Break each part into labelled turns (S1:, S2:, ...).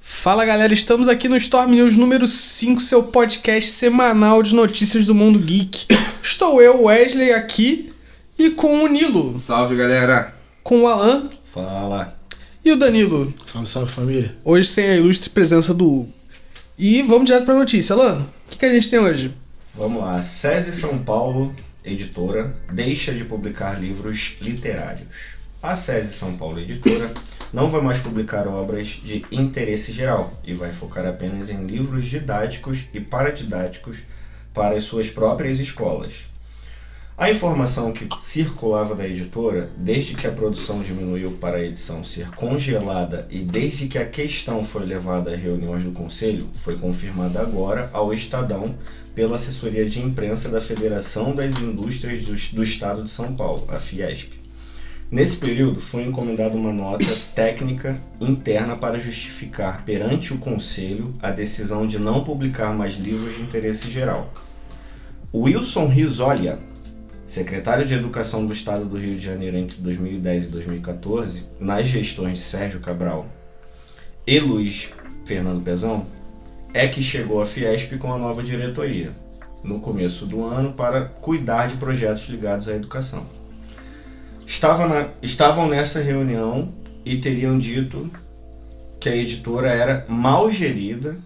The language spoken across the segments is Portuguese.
S1: Fala galera, estamos aqui no Storm News número 5, seu podcast semanal de notícias do mundo geek. Estou eu, Wesley, aqui e com o Nilo,
S2: Salve galera!
S1: com o Alan
S2: Fala!
S1: e o Danilo.
S3: Salve, salve família.
S1: Hoje sem a ilustre presença do Hugo. E vamos direto para a notícia. Alan, o que, que a gente tem hoje?
S4: Vamos lá. SESI São Paulo, editora, deixa de publicar livros literários. A SESI São Paulo Editora não vai mais publicar obras de interesse geral e vai focar apenas em livros didáticos e paradidáticos para as suas próprias escolas. A informação que circulava da editora, desde que a produção diminuiu para a edição ser congelada e desde que a questão foi levada a reuniões do conselho, foi confirmada agora ao Estadão pela assessoria de imprensa da Federação das Indústrias do, do Estado de São Paulo, a Fiesp. Nesse período, foi encomendada uma nota técnica interna para justificar perante o Conselho a decisão de não publicar mais livros de interesse geral. Wilson Risolia, secretário de Educação do Estado do Rio de Janeiro entre 2010 e 2014, nas gestões de Sérgio Cabral e Luiz Fernando Pezão, é que chegou a Fiesp com a nova diretoria, no começo do ano, para cuidar de projetos ligados à educação. Estava na- estavam nessa reunião e teriam dito que a editora era mal gerida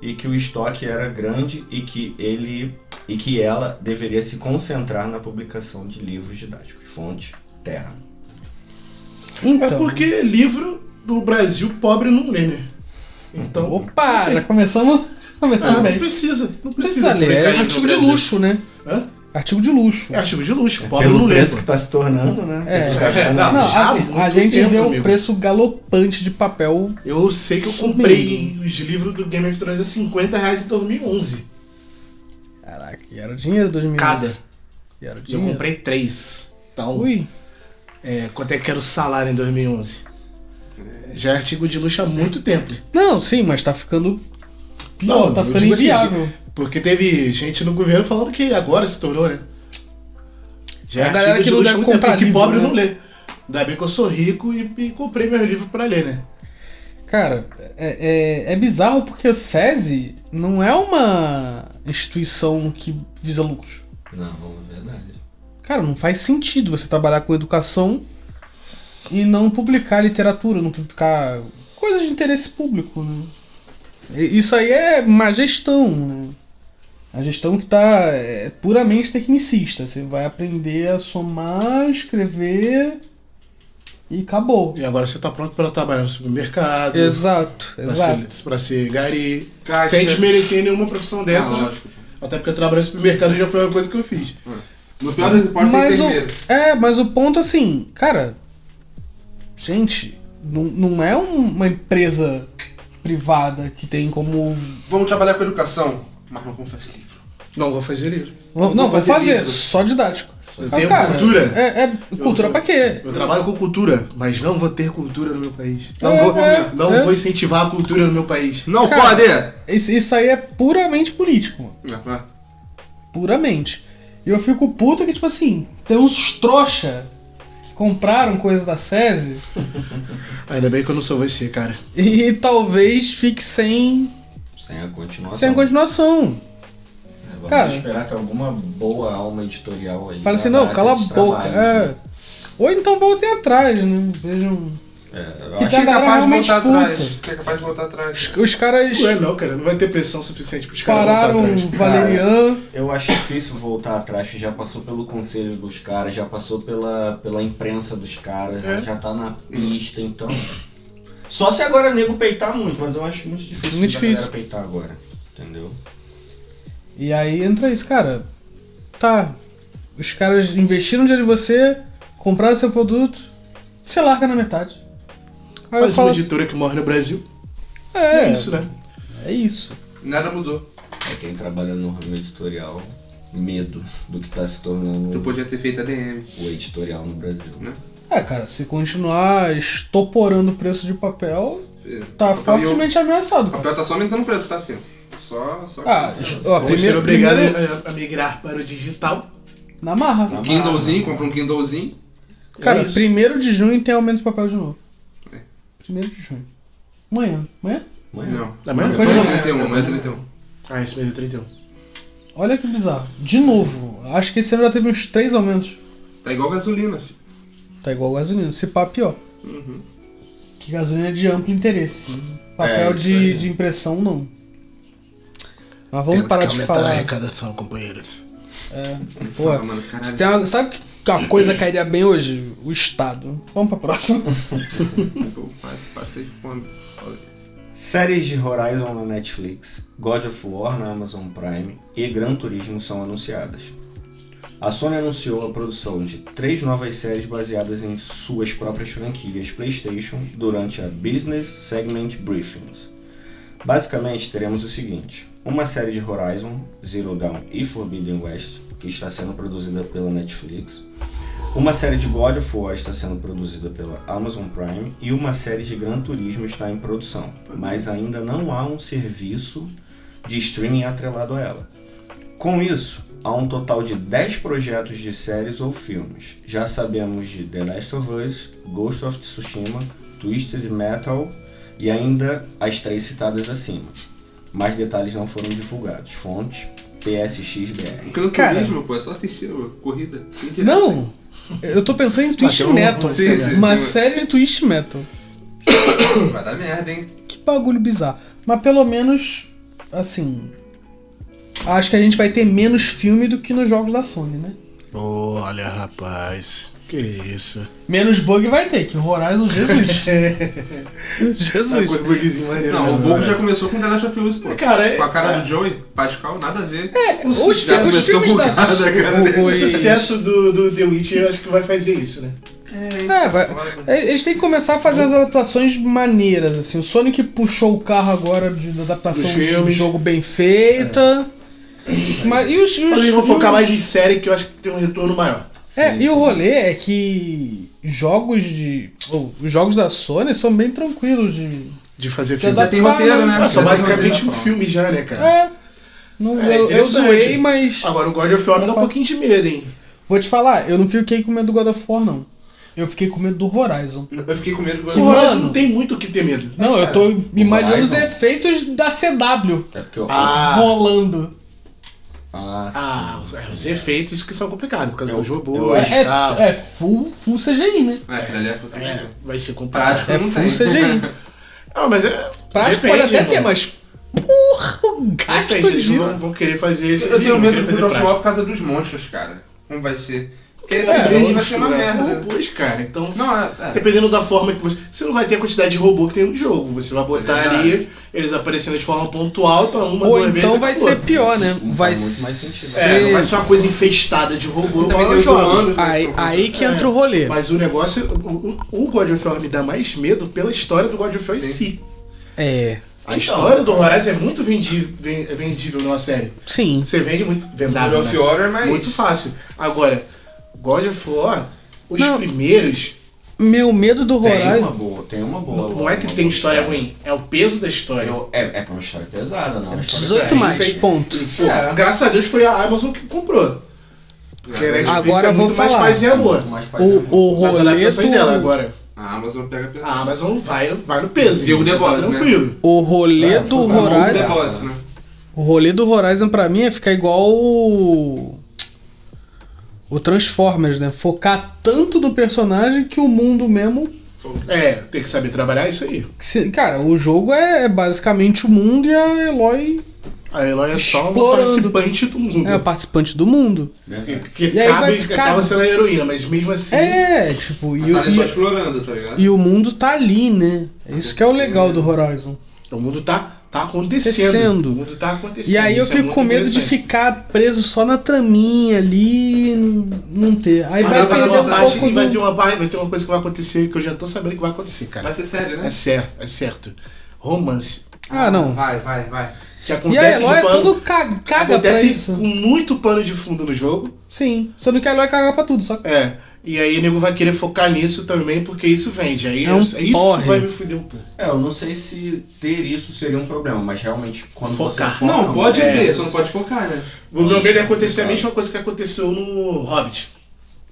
S4: e que o estoque era grande e que ele e que ela deveria se concentrar na publicação de livros didáticos. Fonte Terra.
S1: Então.
S3: É porque livro do Brasil pobre não lê, né? Então.
S1: Opa, já começamos, começamos
S3: Ah, não
S1: bem.
S3: precisa. Não
S1: Precisa
S3: precisa.
S1: ler,
S3: publicar
S1: é
S3: livro
S1: artigo
S3: no
S1: de
S3: Brasil.
S1: luxo, né?
S3: Hã?
S1: Artigo de luxo.
S3: É artigo de luxo. Pobre
S4: Pelo
S3: não lê.
S4: preço que
S3: pô.
S4: está se tornando, né?
S1: É.
S4: Porque os caras já-
S3: Não,
S1: Não,
S3: já
S1: assim,
S3: há muito
S1: a gente
S3: tempo,
S1: vê um
S3: amigo.
S1: preço galopante de papel.
S3: Eu sei que eu comprei os livros do Game of Thrones a 50 reais em 2011.
S1: Caraca, e era dinheiro 2000.
S3: Cada.
S1: E era
S3: E eu
S1: dinheiro.
S3: comprei três. Então,
S1: Ui,
S3: é, quanto é que era o salário em 2011? Já é artigo de luxo há muito tempo.
S1: Não, sim, mas tá ficando pior,
S3: Não,
S1: tá
S3: eu
S1: ficando
S3: digo assim,
S1: inviável.
S3: Porque teve gente no governo falando que agora se tornou, né? Já
S1: A galera
S3: artigo
S1: que
S3: de
S1: não
S3: luxo há
S1: deve
S3: muito tempo,
S1: comprar
S3: que
S1: livro,
S3: pobre
S1: né?
S3: não lê. Ainda bem que eu sou rico e, e comprei meu livro pra ler, né?
S1: Cara, é, é, é bizarro porque o SESI não é uma instituição que visa lucros.
S4: Não, é verdade.
S1: Cara, não faz sentido você trabalhar com educação e não publicar literatura, não publicar coisas de interesse público. Né? E- Isso aí é má gestão, né? A gestão que tá é, puramente tecnicista. Você vai aprender a somar, escrever e acabou.
S3: E agora você tá pronto pra trabalhar no supermercado,
S1: Exato,
S3: pra,
S1: exato.
S3: ser, pra ser gari.
S2: Caixa.
S3: Sem desmerecer nenhuma profissão dessa,
S2: Ah,
S3: né?
S2: lógico.
S3: até porque eu trabalho no supermercado já foi uma coisa que eu fiz.
S2: No pior das hipóteses, é
S1: Mas o-
S2: enfermeiro.
S1: É, mas o ponto assim, cara. Gente, não, não é um- uma empresa privada que tem como. um-
S2: Vamos trabalhar com educação, mas não vamos fazer livro.
S3: Não vou fazer livro.
S1: Não,
S2: vou
S1: vou
S2: fazer
S1: fazer,
S2: livro.
S1: só didático.
S3: Eu
S1: Ah,
S3: tenho
S1: cara,
S3: cultura.
S1: É, é cultura pra quê?
S3: Eu trabalho com cultura, mas não vou ter cultura no meu país. Não,
S1: É,
S3: vou,
S1: é,
S3: não
S1: é.
S3: vou incentivar a cultura no meu país.
S2: Não
S1: Cara.
S2: pode!
S1: Isso, isso aí é puramente político. Tá, Puramente. E eu fico puto que, tipo assim, tem uns trouxa que compraram coisas da SESI
S3: Ainda bem que eu não sou você, cara.
S1: e talvez fique sem,
S4: Sem a continuação.
S1: sem continuação.
S4: Vamos
S1: Cara.
S4: esperar que alguma boa alma editorial aí.
S1: Fala assim, não,
S4: abrace
S1: cala a
S4: esses
S1: boca.
S4: trabalhos,
S1: É.
S4: né?
S1: Ou então voltem atrás, né? Vejam. Que
S4: É, eu acho
S1: tá-
S2: Quem é
S1: galera
S2: capaz de
S1: realmente
S2: voltar
S1: puta.
S2: atrás? Quem é capaz de voltar atrás?
S1: Os- Os caras
S3: Ué, não, cara, não vai ter pressão suficiente pros caras
S1: pararam
S3: voltar atrás.
S1: Valerian.
S4: Eu acho difícil voltar atrás, que já passou pelo conselho dos caras, já passou pela, pela imprensa dos caras,
S3: É.
S4: já tá na pista, então. Só se agora nego peitar muito, mas eu acho muito difícil
S1: Muito
S4: da
S1: difícil.
S4: galera peitar agora. Entendeu?
S1: E aí entra isso, cara. Tá. Os caras investiram dinheiro em você, compraram seu produto, você larga na metade. Aí eu
S3: Mas
S1: falo
S3: uma
S1: assim,
S3: editora que morre no Brasil, é,
S1: é,
S3: isso, né?
S1: é isso.
S2: Nada mudou.
S4: É quem trabalha no ramo editorial, medo do que tá se
S2: Tu
S4: tornando
S2: podia ter feito ADM.
S4: o editorial no Brasil.
S1: É, cara, se continuar estoporando o preço de papel, tá
S2: Papel e
S1: fortemente ameaçado,
S2: O
S1: cara.
S2: papel tá só aumentando o preço, tá, filho? Só. só
S1: Ah,
S2: só-
S1: ó,
S3: Vamos ser
S1: primeiro,
S3: obrigados
S1: primeiro,
S3: a, a migrar para o digital.
S1: na marra.
S2: Um Kindlezinho, compra um Kindlezinho.
S1: Cara,
S3: é isso.
S2: É.
S1: 1 de junho tem aumento de papel de novo. 1 de junho. Amanhã. Amanhã?
S4: Amanhã.
S2: Não.
S3: Da manhã?
S2: Amanhã
S1: Depois
S2: é
S1: de-
S2: 31, amanhã é 31.
S3: Ah, esse mês é 31.
S1: Olha que bizarro. De novo, acho que esse ano já teve uns três aumentos.
S2: Tá igual gasolina, filho.
S1: Tá igual gasolina, se pá pior.
S2: Uhum.
S1: Que gasolina é de amplo interesse.
S4: É,
S1: Papel
S4: isso
S1: de,
S4: aí.
S1: de impressão, não. Mas vamos parar de falar.
S3: arrecadação, companheiros.
S1: Pô,
S2: Ah, mano, caralho.
S1: se tem uma- sabe que uma coisa cairia bem hoje? O Estado. Vamos pra próxima.
S2: Eu quase passei de fome. Olha.
S4: Séries de Horizon na Netflix, God of War na Amazon Prime e Gran Turismo são anunciadas. A Sony anunciou a produção de três novas séries baseadas em suas próprias franquias PlayStation durante a Business Segment Briefings. Basicamente, teremos o seguinte: uma série de Horizon, Zero Dawn e Forbidden West, que está sendo produzida pela Netflix, uma série de God of War está sendo produzida pela Amazon Prime e uma série de Gran Turismo está em produção, mas ainda não há um serviço de streaming atrelado a ela. Com isso, há um total de 10 projetos de séries ou filmes. Já sabemos de The Last of Us, Ghost of Tsushima, Twisted Metal e ainda as três citadas acima. Mais detalhes não foram divulgados. Fonte PSXBR.
S2: Gran
S1: Cara.
S2: Turismo, pô, é só assistir a corrida. Quem que é?
S1: Não! Eu tô pensando em Twist
S3: tem um-
S1: Metal.
S2: Tá
S1: tá
S2: sim, sim,
S1: uma
S2: tem um-
S1: série de Twist Metal.
S2: Vai dar merda, hein?
S1: Que bagulho bizarro. Mas pelo menos, assim. Acho que a gente vai ter menos filme do que nos jogos da Sony, né?
S3: Olha, rapaz. Que isso.
S1: Menos bug vai ter, que o Horizon Jesus. Jesus.
S3: bugzinho maneiro.
S2: Não, o
S3: mesmo,
S2: Bobo
S3: né?
S2: já começou com The Last of Us, pô.
S3: Cara, é-
S2: Com a cara
S3: é.
S2: do Joey, Pascal, nada a ver.
S3: o
S1: Os, os
S3: sucesso-
S1: filmes
S2: começou
S1: da
S2: bugado, cara.
S1: né? o- o-
S3: O sucesso do, do The Witch eu acho que vai fazer isso, né?
S1: É, vai- Eles têm que começar a fazer as adaptações maneiras, assim. O Sonic puxou o carro agora de da adaptação
S3: Dos
S1: de um
S3: filmes. É.
S1: jogo bem feita. Mas, e os, e os
S3: Mas eles vão focar
S1: filmes-
S3: mais em série que eu acho que tem um retorno maior.
S1: É,
S4: Sim,
S1: e o
S4: sim.
S1: rolê é que jogos de. ou, os jogos da Sony são bem tranquilos de.
S3: De fazer
S1: Já
S3: filme.
S1: dá-
S2: Já tem roteiro, né?
S3: Ah, são
S2: Já tem
S3: basicamente
S2: roteiro.
S3: um filme já, né, cara?
S1: É. Não,
S3: É,
S1: eu, eu
S3: interessante.
S1: zoei, mas.
S3: Agora o God of War me dá um pouquinho de medo, hein?
S1: Vou te falar, eu não fiquei com medo do God of War, não. Eu fiquei com medo do Horizon.
S2: Eu fiquei com medo do
S1: Que
S3: O
S2: Horizon.
S3: Horizon
S1: mano.
S3: não tem muito o que ter medo.
S1: Não, eu tô imaginando os
S4: Horizon.
S1: efeitos da CW
S4: É porque eu...
S3: Ah,
S1: rolando.
S4: Ah, sim.
S3: ah, é, os efeitos que são complicados, por causa
S4: Eu-
S3: dos
S4: eu
S3: robôs
S4: acho-
S1: É,
S3: e tal.
S1: é, é full, full CGI, né?
S2: É, aquele ali é fosse
S3: É, vai ser complicado.
S2: Prático
S1: É
S2: não
S1: full
S2: tem.
S1: CGI.
S3: Não, mas é.
S1: Prático
S3: depende,
S1: pode até
S3: irmão.
S1: ter, mas. Porra, o gasto
S3: Depende, eles
S1: disso.
S3: vão, vão querer fazer esse.
S2: Eu tenho
S3: vão
S2: medo
S3: querer
S2: do
S3: fazer
S2: God of
S3: prático.
S2: War por causa dos monstros, cara. Como vai ser? Porque esse
S1: É,
S2: é, vai
S3: Monstros,
S2: ser uma
S3: né? São
S2: merda.
S3: robôs, cara. Então,
S2: Não, é. é.
S3: dependendo da forma que você. Você não vai ter a quantidade de robô que tem no jogo. Você vai botar
S2: É verdade.
S3: ali, eles aparecendo de forma pontual, então uma,
S1: Ou
S3: duas vezes.
S1: então vai
S3: acabou.
S1: ser pior, né?
S4: Não
S1: Vai
S4: faz muito mais sentido.
S1: ser.
S3: É, não vai ser uma coisa infestada de robô,
S2: Também
S3: igual
S2: tem
S3: os
S2: os
S3: jogos.
S2: humanos. né, que
S1: Aí,
S2: são
S1: aí que
S3: É.
S1: entra o rolê.
S3: Mas o negócio, o, o- o God of War me dá mais medo pela história do God of War em
S2: Sim.
S3: si.
S1: É.
S3: A história do Horizon é muito vendível, ven- vendível numa série.
S1: Sim.
S3: Você vende muito,
S2: God
S3: vendável,
S2: of
S3: né?
S2: War é mais.
S3: Muito fácil. Agora, God of War, os
S1: Não.
S3: primeiros,
S1: Meu medo do
S4: Tem
S1: Horizon.
S4: uma boa, tem uma boa.
S3: não, não
S4: uma
S3: é que
S4: boa
S3: tem história
S4: história.
S3: ruim, é o peso da história.
S4: Eu- é, é uma história pesada, não. é uma história
S1: 18
S4: pesada.
S1: mais,
S4: Isso aí-
S1: ponto.
S3: Pô,
S4: É.
S3: graças a Deus foi a Amazon que comprou. Porque a Netflix
S1: Agora
S3: é
S1: eu vou
S3: muito mais
S1: falar.
S3: paz e amor.
S4: Muito mais pra-
S1: O, o
S3: Nas
S1: rolê
S3: adaptações dela
S1: do,
S3: agora.
S2: A Amazon pega pesado.
S3: A Amazon vai, vai no peso.
S2: Viu o
S3: então
S2: The
S3: tá
S2: Boys, né?
S3: Tranquilo.
S1: o rolê
S4: É,
S1: do
S4: foi pra
S2: Amazon
S4: horário-
S2: é
S1: Horizon.
S4: mostrar.
S2: negócio, né?
S1: O rolê do Horizon pra mim é ficar igual o. O Transformers, né? Focar tanto no personagem que o mundo mesmo.
S2: né? Tá
S3: É, tem que saber trabalhar isso aí.
S1: que se- Cara, o jogo é, é basicamente o mundo e a Eloy
S3: A Eloy é só uma
S1: Explorando.
S3: participante do mundo.
S1: é a participante do mundo.
S3: Que,
S4: Verdade.
S3: que
S1: E aí vai
S3: cabe,
S1: ficar-
S3: acaba sendo a heroína, mas mesmo assim.
S1: É, tipo, e,
S2: Ela Tá ali só
S1: o,
S2: explorando, tá ligado?
S1: e, e o mundo tá ali, né? É isso que é o legal do Horizon.
S3: O mundo tá, tá acontecendo.
S1: Acontecendo.
S3: O mundo tá acontecendo.
S1: E aí eu
S3: isso é
S1: fico
S3: muito
S1: com medo de
S3: interessante.
S1: ficar preso só na traminha ali, n- não ter. Aí vai
S3: Mas vai, Ah, ter
S1: perder
S3: uma
S1: um
S3: parte,
S1: pouco
S3: vai
S1: do...
S3: ter uma parte- vai ter uma coisa que vai acontecer que eu já tô sabendo que vai acontecer, cara.
S2: Vai ser sério, né?
S3: É certo, é certo. Romance.
S1: Ah, não.
S2: Vai, vai, vai.
S3: Que
S1: E a
S3: acontece
S1: Eloy é
S3: de pano.
S1: tudo caga, caga pra
S3: acontece um com
S1: isso.
S3: muito pano de fundo no jogo.
S1: Sim, só não que a Eloy caga pra tudo, só que...
S3: É. E aí o nego vai querer focar nisso também, porque isso vende. Aí
S1: É um
S3: isso, isso
S1: porre.
S3: vai me fuder um pouco.
S4: É, eu não sei se ter isso seria um problema, mas realmente quando
S3: Focar.
S4: você foca,
S2: Não, pode
S3: é.
S2: ter, só não pode focar, né?
S3: O meu medo é acontecer a mesma coisa que aconteceu no Hobbit.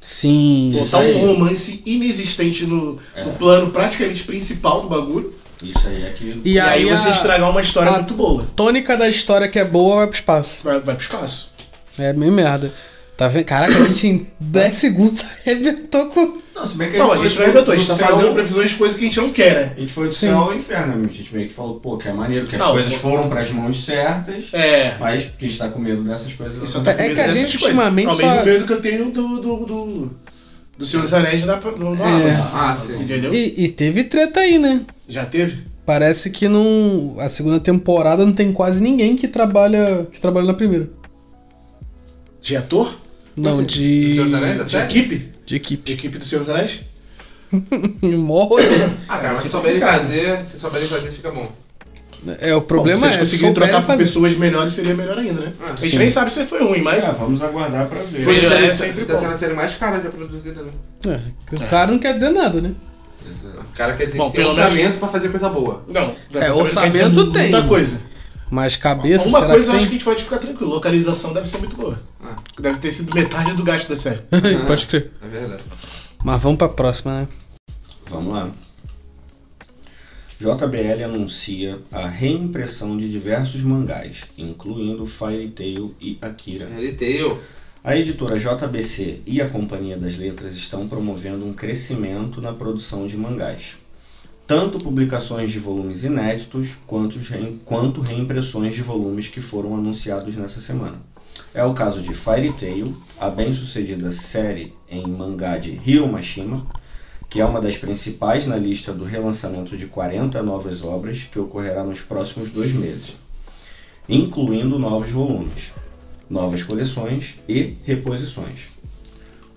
S1: Sim.
S4: Isso
S3: Botar
S4: aí.
S2: É.
S3: um romance inexistente no, no plano praticamente principal do bagulho.
S4: Isso aí é que.
S1: E,
S3: E, aí, você
S1: a
S3: estragar uma história
S1: a-
S3: muito boa.
S1: tônica da história que é boa vai pro espaço.
S3: Vai, vai pro espaço.
S1: É meio merda. Tá vendo? Caraca, a gente em 10 segundos arrebentou com.
S4: Não, se bem que
S3: Não, a
S4: foi
S3: gente
S4: do-
S3: não arrebentou, a gente
S4: do
S3: tá
S4: céu-
S3: fazendo previsões de coisas que a gente não quer, né?
S4: A gente foi do
S1: Sim.
S4: céu ao inferno, né? a gente meio que falou, pô, que é maneiro, que as
S3: Não,
S4: coisas
S3: pô.
S4: foram pras mãos certas,
S3: É.
S4: mas a gente tá com medo dessas coisas.
S3: Isso tá
S1: É
S3: com medo
S1: que a
S3: dessas
S1: gente
S3: coisas.
S1: ultimamente
S3: É o mesmo
S1: só-
S3: medo que eu tenho do. do. do, do Senhor dos Anéis na, no, no Amazon.
S2: Ah, sim.
S3: Entendeu?
S1: É. E, e teve treta aí, né?
S3: Já teve?
S1: Parece que não. A segunda temporada não tem quase ninguém que trabalha. que trabalha na primeira.
S3: De ator?
S1: Não,
S2: assim?
S1: de.
S2: Do Senhor dos Anéis,
S3: De
S2: sério?
S3: equipe?
S1: De equipe.
S3: De equipe do Senhor dos Anéis?
S1: Morre.
S2: Ah, cara, mas se
S3: Isso é
S2: souberem
S3: complicado.
S2: fazer, se souberem fazer, fica bom.
S1: É, o problema
S3: Bom, se
S1: é.
S3: eles conseguirem
S1: souberem
S3: trocar por
S1: fazer.
S3: pessoas melhores, seria melhor ainda, né?
S2: Ah,
S3: a gente
S1: sim. Ah,
S3: nem sabe se foi ruim, mas.
S4: É, vamos aguardar pra ver.
S3: Foi-
S2: Foi
S3: é
S2: a série,
S3: sempre
S2: tá
S3: bom.
S2: sendo a série mais cara já produzida, né?
S1: É, que o cara não quer dizer nada, né?
S2: O cara quer dizer
S3: Bom,
S2: que tem um
S3: pelo menos-
S2: orçamento pra fazer coisa boa.
S3: Não,
S1: É,
S3: também
S1: orçamento
S3: quer dizer
S1: tem.
S3: Muita coisa.
S1: Mas cabeça.
S3: Uma
S1: será
S3: coisa eu
S1: que
S3: acho que
S1: tem?
S3: a gente pode ficar tranquilo: localização deve ser muito boa.
S2: Ah.
S3: Deve ter sido metade do gasto da série.
S2: que-
S1: Pode crer.
S2: É verdade.
S1: Mas vamos pra próxima, né?
S4: Vamos lá. JBL anuncia a reimpressão de diversos mangás, incluindo Fairy Tail e
S3: É.
S4: Akira.
S2: Ele tem eu.
S4: A editora JBC e a Companhia das Letras estão promovendo um crescimento na produção de mangás, tanto publicações de volumes inéditos quanto, os reim- quanto reimpressões de volumes que foram anunciados nessa semana. É o caso de Fairy Tail, a bem-sucedida série em mangá de Hiro Mashima, que é uma das principais na lista do relançamento de 40 novas obras que ocorrerá nos próximos dois meses, incluindo novos volumes novas coleções e reposições.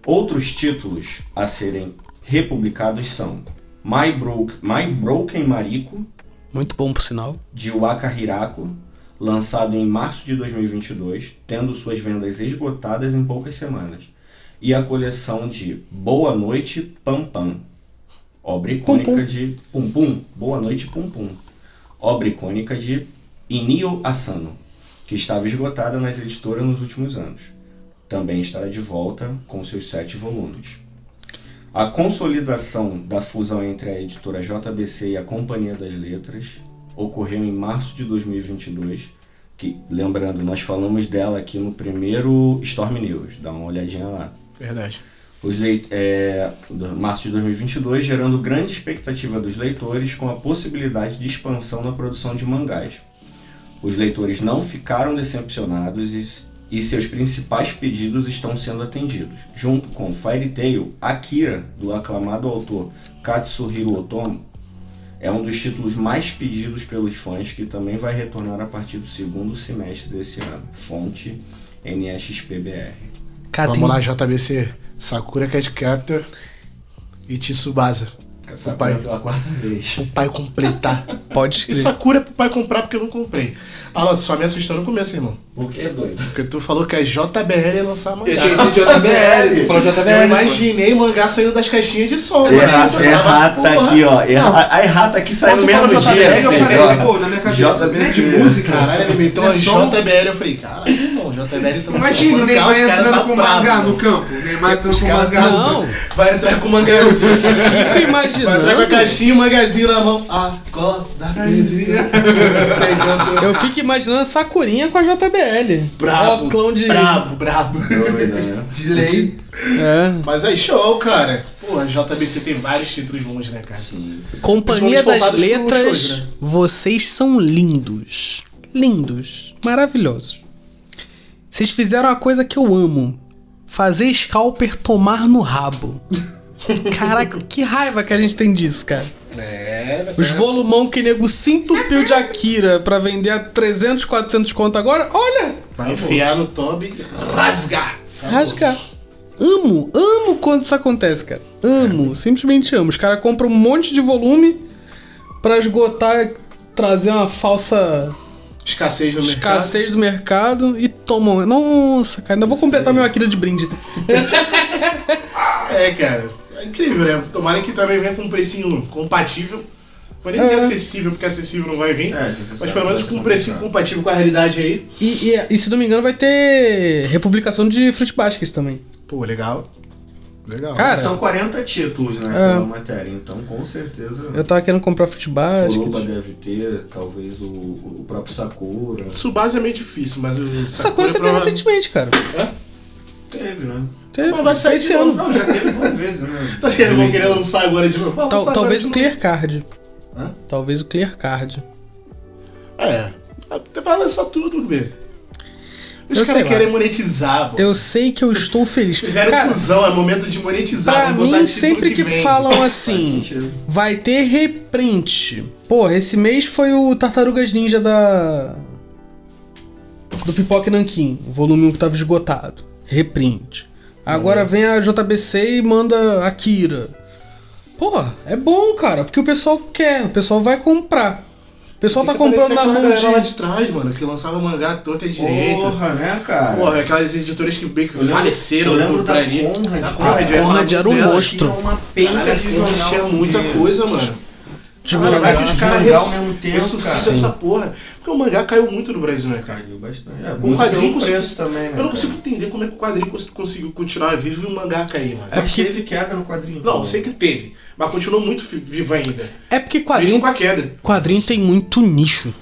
S4: Outros títulos a serem republicados são My, Broke, My Broken Mariko,
S1: Muito bom por sinal.
S4: de Waka Hirako, lançado em março de 2022, tendo suas vendas esgotadas em poucas semanas, e a coleção de Boa Noite Pam Pam, obra icônica
S1: Pum Pum.
S4: de Pum Pum, Boa Noite Pum Pum, obra icônica de Inio Asano, que estava esgotada nas editoras nos últimos anos. Também estará de volta com seus sete volumes. A consolidação da fusão entre a editora JBC e a Companhia das Letras ocorreu em março de 2022, que, lembrando, nós falamos dela aqui no primeiro Storm News, dá uma olhadinha lá.
S3: Verdade.
S4: Os leit é, do- março de 2022, gerando grande expectativa dos leitores com a possibilidade de expansão na produção de mangás. Os leitores não ficaram decepcionados e, s- e seus principais pedidos estão sendo atendidos, junto com Fairy Tail, Akira, do aclamado autor Katsuhiro Otomo, é um dos títulos mais pedidos pelos fãs que também vai retornar a partir do segundo semestre desse ano. Fonte NSXPBR.
S1: Cara, Ah, tem
S3: Vamos lá, JBC. Sakura Cat Captor e Tsubasa.
S4: Essa
S3: Papai.
S4: pela quarta vez.
S3: Pro pai completar.
S1: Pode
S3: e
S1: escrever.
S3: Sakura é pro pai comprar porque eu não comprei. Alan, tu só me assustou no começo, irmão.
S4: Porque é doido.
S3: Porque tu falou que a JBL ia lançar
S2: Eu
S3: mangá.
S2: entendi JBL, tu falou
S3: Eu
S2: JBL.
S3: imaginei mangá saindo das caixinhas de som. né?
S4: Errata,
S3: Eu tava,
S4: errata
S3: porra.
S4: tá aqui, ó. Erra, a errata aqui saiu no
S2: Quando falou
S4: mesmo dia.
S2: JBL, eu
S4: filho, ó.
S2: parei, pô, na minha cabeça,
S4: JBC.
S2: né, de música.
S3: Caralho, ele meteu uma
S2: É só um-
S3: JBL. Eu falei, caralho, irmão, JBL tá lançando
S2: Imagina o
S3: mangá,
S2: Neymar
S3: os caras
S2: entrando
S3: tá
S2: com
S3: bravo,
S2: mangá
S3: mano.
S2: no campo. O Neymar entrando
S3: Os
S2: com
S3: caras- tá
S2: mangá no
S1: Não,
S3: Vai entrar com o mangazinho.
S1: fico
S3: Vai entrar com a
S1: imaginando.
S3: caixinha e o mangazinho na mão. Acorda, Pedrinho.
S1: Eu fico imaginando a Sakurinha com a JBL.
S3: Brabo,
S1: Ó, clão de.
S3: brabo, brabo.
S4: Doido, né?
S2: De lei.
S1: É.
S3: Mas é show, cara. Pô, a JBC tem vários títulos bons, né, cara?
S4: Sim.
S1: Companhia
S3: Principalmente
S1: das
S3: voltados pro
S1: Letras,
S3: shows, né?
S1: vocês são lindos. Lindos. Maravilhosos. Vocês fizeram a coisa que eu amo: fazer scalper tomar no rabo. Caraca, que raiva que a gente tem disso, cara.
S3: É, vai
S1: Os
S3: ter-
S1: volumão que nego se entupiu de Akira pra vender a 300, 400 conto agora, olha!
S3: Vai enfiar no Toby e rasgar.
S1: Rasga. Amo, amo quando isso acontece, cara. Amo, simplesmente amo. Os caras compram um monte de volume pra esgotar, e trazer uma falsa
S3: Escassez no mercado.
S1: escassez do mercado e tomam. Nossa, cara, ainda vou completar meu Akira de brinde.
S3: É, cara. É incrível, né? Tomara que também venha com um precinho compatível. Vou nem dizer
S1: É.
S3: acessível, porque acessível não vai vir.
S4: É, gente,
S3: Mas pelo menos
S4: sabe,
S3: com um precinho
S4: sabe.
S3: compatível com a realidade aí.
S1: E, e- e se não me engano, vai ter republicação de Fruit Baskets também.
S3: Pô, legal. Legal.
S1: Cara,
S4: É, São 40 títulos, né,
S1: É.
S4: pela matéria, então com certeza
S1: Eu tava querendo comprar futebol.
S4: Furuba deve ter, talvez o, o próprio Sakura.
S3: Tsubasa é meio difícil, mas o
S1: Sakura teve
S3: prova-
S1: recentemente, cara.
S4: Teve, né?
S1: Teve,
S3: Mas vai sair
S1: esse
S3: de
S1: ano.
S4: Não, já teve duas vezes, né?
S3: Tu acha que eles vão querer lançar agora de novo? Fala,
S1: Tal-
S3: lança agora
S1: talvez
S3: de
S1: o
S3: novo.
S1: Clear Card.
S3: Hã?
S1: Talvez o Clear Card.
S3: É. Até Vai lançar tudo, B. Os
S1: Eu sei
S3: caras
S1: lá.
S3: querem monetizar, pô.
S1: Eu sei que eu estou feliz.
S3: Fizeram
S1: Cara,
S3: fusão, é momento de monetizar.
S1: pra
S3: vamos botar
S1: mim,
S3: título
S1: sempre que,
S3: vende.
S1: falam
S4: Faz
S1: assim,
S4: sentido.
S1: vai ter reprint. Porra, esse mês foi o Tartarugas Ninja da. Do Pipoque Nankin, o volume 1 que tava esgotado. Reprint. Agora
S3: Uhum.
S1: vem a JBC e manda Akira. Porra, é bom, cara, porque o pessoal quer, o pessoal vai comprar. O pessoal
S3: Tem
S1: tá
S3: que aparecer
S1: comprando na
S3: aquela
S1: mão
S3: galera lá
S1: de.
S3: de trás, mano, que lançava mangá torta e direito.
S4: Porra, né, cara?
S3: Porra, aquelas editoras que meio que
S4: Eu lembro-
S3: faleceram
S4: eu lembro
S3: por
S4: da
S3: ali.
S4: Conrad,
S3: Da
S4: cara.
S3: Conrad, eu ia falar
S1: Conrad era
S3: muito
S1: um
S3: dela.
S1: monstro.
S4: Tinha uma penca
S3: Caralho,
S4: de
S3: Conrad
S4: jornal.
S3: tinha
S4: de-
S3: muita coisa, mano.
S1: de
S3: Caralho,
S1: mangá.
S3: vai que os
S4: de
S3: caras
S4: mangá
S3: res-
S4: ao mesmo tempo,
S3: Ressuscita
S4: cara.
S3: essa porra. Porque o mangá caiu muito no Brasil, né, cara?
S4: Caiu bastante. É,
S3: Um quadrinho
S4: preço
S3: consigo-
S4: também, né?
S3: Eu não consigo entender como é que o quadrinho cons- conseguiu continuar vivo e o mangá cair, mano.
S1: É
S4: É
S1: porque-
S4: porque teve queda no quadrinho.
S3: Não, eu sei que teve, mas continuou muito fi- vivo ainda.
S1: É porque
S3: Mesmo
S1: quadrinho,
S3: com a queda.
S1: quadrinho tem muito nicho.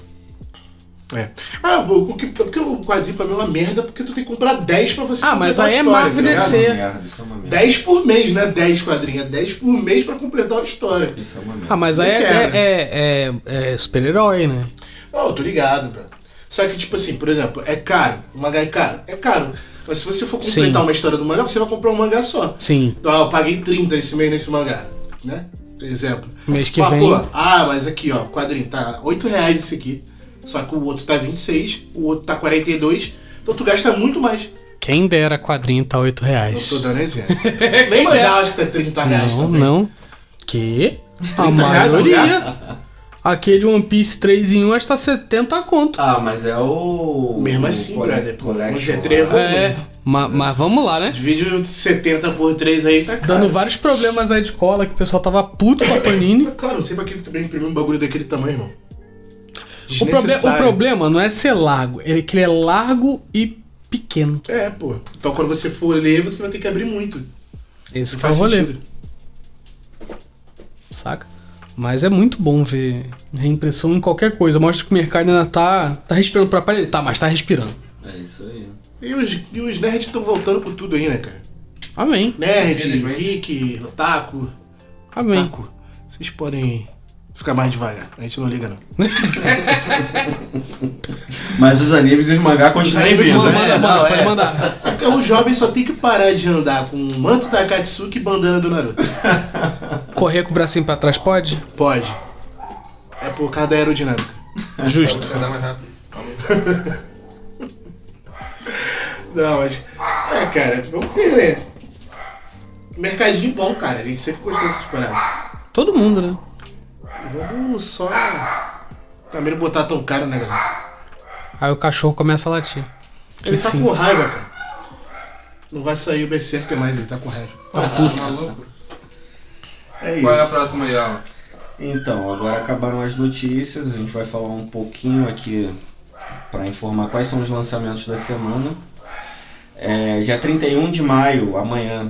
S3: Ah, pô, o que- porque o quadrinho pra mim é uma merda, porque tu tem que comprar 10 pra você
S1: Ah,
S3: completar
S1: mas
S3: a
S1: aí é
S3: história,
S1: Marvel
S3: tá
S1: e
S4: Isso
S3: ligado?
S4: é uma
S1: DC.
S4: merda, isso é uma merda.
S3: 10 por mês, não é 10 quadrinhos, é 10 por mês pra completar a história.
S4: Isso é uma merda.
S1: Ah, mas
S3: Não
S1: aí é,
S3: quero.
S1: é- é- é super-herói, né?
S3: Não, eu tô ligado, bro. Só que, tipo assim, por exemplo, é caro. O mangá é caro? É caro. Mas se você for completar
S1: Sim.
S3: uma história do mangá, você vai comprar um mangá só.
S1: Sim,
S3: Então, ah, eu paguei 30 esse mês nesse mangá, né? Por exemplo.
S1: mês que
S3: Ah,
S1: vem.
S3: pô, ah, mas aqui, ó, o quadrinho tá 8 reais esse aqui. Só que o outro tá 26, o outro tá 42. Então tu gasta muito mais.
S1: Quem dera quadrinho tá 8
S3: Eu
S1: reais.
S3: tô dando exemplo. Nem mangá acho que tá 30 reais
S1: Não,
S3: também.
S1: não. Que? A
S3: 30 reais,
S1: maioria. Aquele One Piece 3 em 1 acho que tá 70 conto.
S4: Ah, mas é o.
S3: Mesmo assim,
S4: o cole-
S3: brother, pô,
S4: collection
S3: você trevo-
S4: lá.
S1: É,
S3: né?
S1: ma- mas vamos lá, né?
S3: Divide 70 por 3 aí, tá caro.
S1: Dando vários problemas aí de cola que o pessoal tava puto com a Panini.
S3: Mas, Cara, Tá não sei pra que tu também imprimiu um bagulho daquele tamanho, irmão.
S1: O, proble- o
S3: Desnecessário.
S1: problema não é ser largo, é que ele é largo e pequeno.
S3: É, pô. Então quando você for ler, você vai ter que abrir muito.
S1: Esse
S3: Não
S1: que é o
S3: faz
S1: rolê,
S3: sentido.
S1: saca? Mas é muito bom ver reimpressão em qualquer coisa. Mostra que o mercado ainda tá, tá respirando pra parede. Tá, mas tá respirando.
S4: É isso aí.
S3: E os, e os nerds estão voltando com tudo aí, né, cara?
S1: Amém,
S3: Nerd,
S2: Ele vai-
S3: geek, otaku.
S1: amém.
S3: Otaku. Vocês podem ficar mais devagar. A gente não liga, não.
S4: Mas os animes e os mangá continuam
S3: continuam Aí,
S4: vivos,
S3: vivos, mano,
S1: Manda,
S3: né?
S1: manda,
S3: é,
S1: manda,
S3: não,
S1: pode
S3: é.
S1: mandar.
S3: Porque o jovem só tem que parar de andar com o manto da Katsuki e bandana do Naruto.
S1: Correr com o bracinho pra trás pode?
S3: Pode. É por causa da aerodinâmica.
S1: Justo.
S2: Você dá mais rápido. Falou.
S3: Não, mas. É, cara, vamos ver, né? Mercadinho bom, cara. A gente sempre gostou dessas paradas.
S1: Todo mundo, né?
S3: Vamos só. Também não botar tão caro, né, galera?
S1: Aí o cachorro começa a latir.
S3: Ele tá
S1: Enfim.
S3: com raiva, cara. Não vai sair o Berserker mais, ele tá com raiva.
S2: Tá maluco?
S4: É isso.
S2: Qual é a próxima aí, Alan?
S4: Então, agora acabaram as notícias, a gente vai falar um pouquinho aqui para informar quais são os lançamentos da semana. É, dia 31 de maio, amanhã,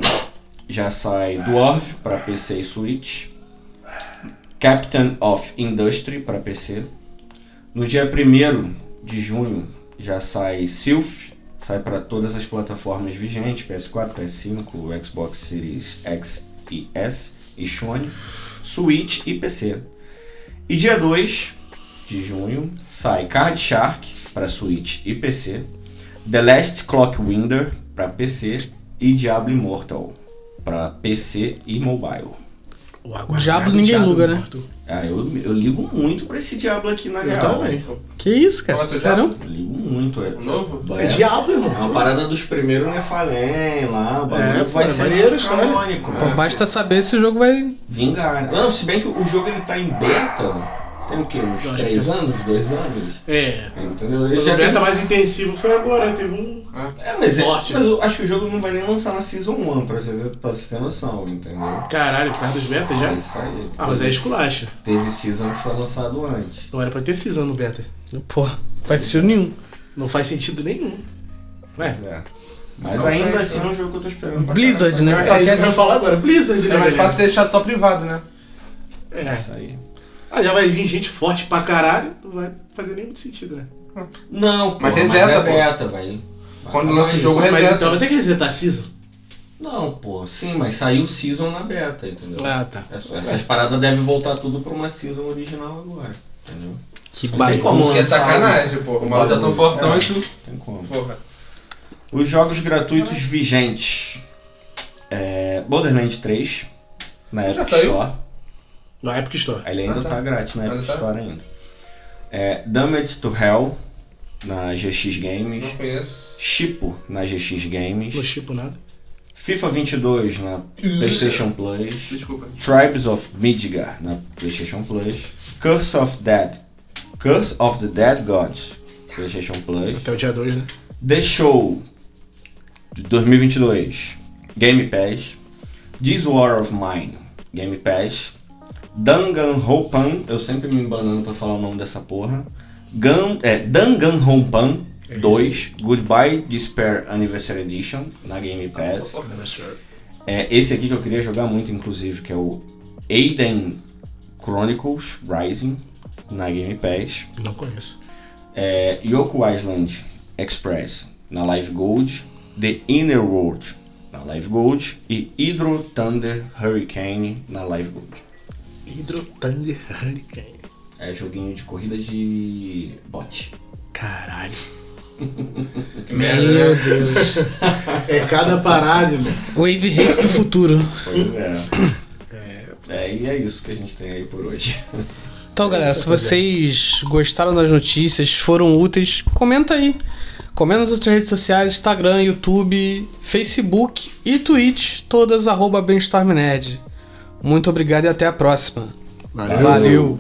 S4: já sai Dwarf para PC e Switch, Captain of Industry para PC. No dia 1 de junho já sai Sylph, sai para todas as plataformas vigentes, PS4, PS5, Xbox Series X e S e Sony. Switch e PC. E dia 2 de junho sai Card Shark para Switch e PC, The Last Clockwinder para PC e Diablo Immortal para PC e mobile.
S3: O aguardado
S1: Diabo ninguém luga, né?
S3: morto.
S4: Ah, eu, eu ligo muito pra esse Diablo aqui na
S3: Eu
S4: real.
S3: também.
S1: Que isso, cara?
S2: Nossa, já?
S1: Sério?
S4: Eu ligo muito. É,
S2: O novo?
S4: é,
S3: É diabo,
S4: é uma
S3: irmão.
S4: parada dos primeiros Nefalém lá, o bagulho
S3: É, pô,
S4: vai
S3: é
S4: ser
S3: maneiro a história.
S4: canônico.
S1: Pô,
S4: né?
S1: basta saber se o jogo vai.
S4: Vingar. né? Não, se bem que o jogo ele tá em beta, tem o quê? Uns
S3: Eu acho que
S4: 3 anos? 2 anos?
S3: É.
S4: Entendeu? Ele
S3: O
S4: já
S3: beta
S4: tem-
S3: mais intensivo foi agora, teve um.
S4: É, mas, é-
S3: Forte.
S4: mas eu acho que o jogo não vai nem lançar na Season 1, pra você, ver- pra você ter noção, entendeu?
S3: Caralho, por causa dos betas já?
S4: É isso aí.
S3: Ah, mas é esculacha.
S4: Teve Season que foi lançado antes.
S3: Não era pra ter Season no beta.
S1: Porra, não faz sentido nenhum.
S3: Não faz sentido nenhum. Ué,
S4: Pois é. Mas
S2: Só
S4: ainda
S2: vai,
S4: assim
S2: tá.
S4: é um jogo que eu tô esperando. pra
S1: Blizzard, né?
S2: É,
S1: Só
S3: É isso que eu
S1: quer-
S3: ia falar agora. Blizzard, né,
S2: É mais
S3: galera?
S2: fácil deixar só privado, né?
S3: É.
S4: Isso aí.
S3: Ah, já vai vir gente forte pra caralho, não vai fazer nem muito sentido, né?
S4: Não, pô,
S2: Mas reseta,
S4: é
S2: pô.
S4: beta, velho. Vai
S2: Quando
S4: acabar
S2: lança o
S4: isso.
S2: jogo,
S3: Mas
S2: reseta.
S3: então não tem que resetar a season.
S4: Não, pô, sim, mas saiu season na beta, entendeu?
S3: É.
S1: Ah, tá.
S4: Essa- Essas paradas devem voltar tudo pra uma season original agora, entendeu?
S1: Que
S4: Não tem como.
S1: bagulho.
S2: Porque é sacanagem, pô. O maluco já tão fortão
S4: É.
S2: e tu.
S4: Não Tem como.
S2: Porra.
S4: Os jogos gratuitos vigentes. É, Borderlands 3, na Epic
S2: saiu?
S4: Store.
S3: Na Epic Store.
S4: Ele ainda
S2: Ah,
S4: tá.
S2: tá.
S4: grátis na
S2: Ainda
S4: Epic
S2: tá?
S4: Store ainda. É, Damage to Hell, na GX Games.
S2: Não conheço.
S4: Chipo, na GX Games.
S3: Não chipo nada.
S4: FIFA 22, na PlayStation Plus.
S2: Desculpa.
S4: Tribes of Midgar na PlayStation Plus, Curse of Dead, Curse of the Dead Gods, PlayStation Plus,
S3: Até o dia 2, né?
S4: The Show de 2022, Game Pass, This War of Mine, Game Pass, Danganronpa, eu sempre me embanando pra falar o nome dessa porra, Gun, é, Danganronpa
S3: É
S4: 2, Goodbye Despair Anniversary Edition na Game Pass. É, esse aqui que eu queria jogar muito, inclusive, que é o Aiden Chronicles Rising na Game Pass.
S3: Não conheço.
S4: É, Yoko Island Express na Live Gold. The Inner World na Live Gold. E Hydro Thunder Hurricane na Live Gold.
S3: Hydro Thunder Hurricane.
S4: É joguinho de corrida de bot.
S3: Caralho.
S2: Que
S1: Meu
S2: merda, né?
S1: Deus.
S3: É cada parada, né? mano.
S1: Wave Race do futuro.
S4: Pois é. É, e é isso que a gente tem aí por hoje.
S1: Então, galera, se
S3: Essa coisa.
S1: vocês gostaram das notícias, foram úteis, comenta aí. Comenta nas outras redes sociais, Instagram, YouTube, Facebook e Twitch, todas arroba Brainstorm Nerd. Muito obrigado e até a próxima. Valeu.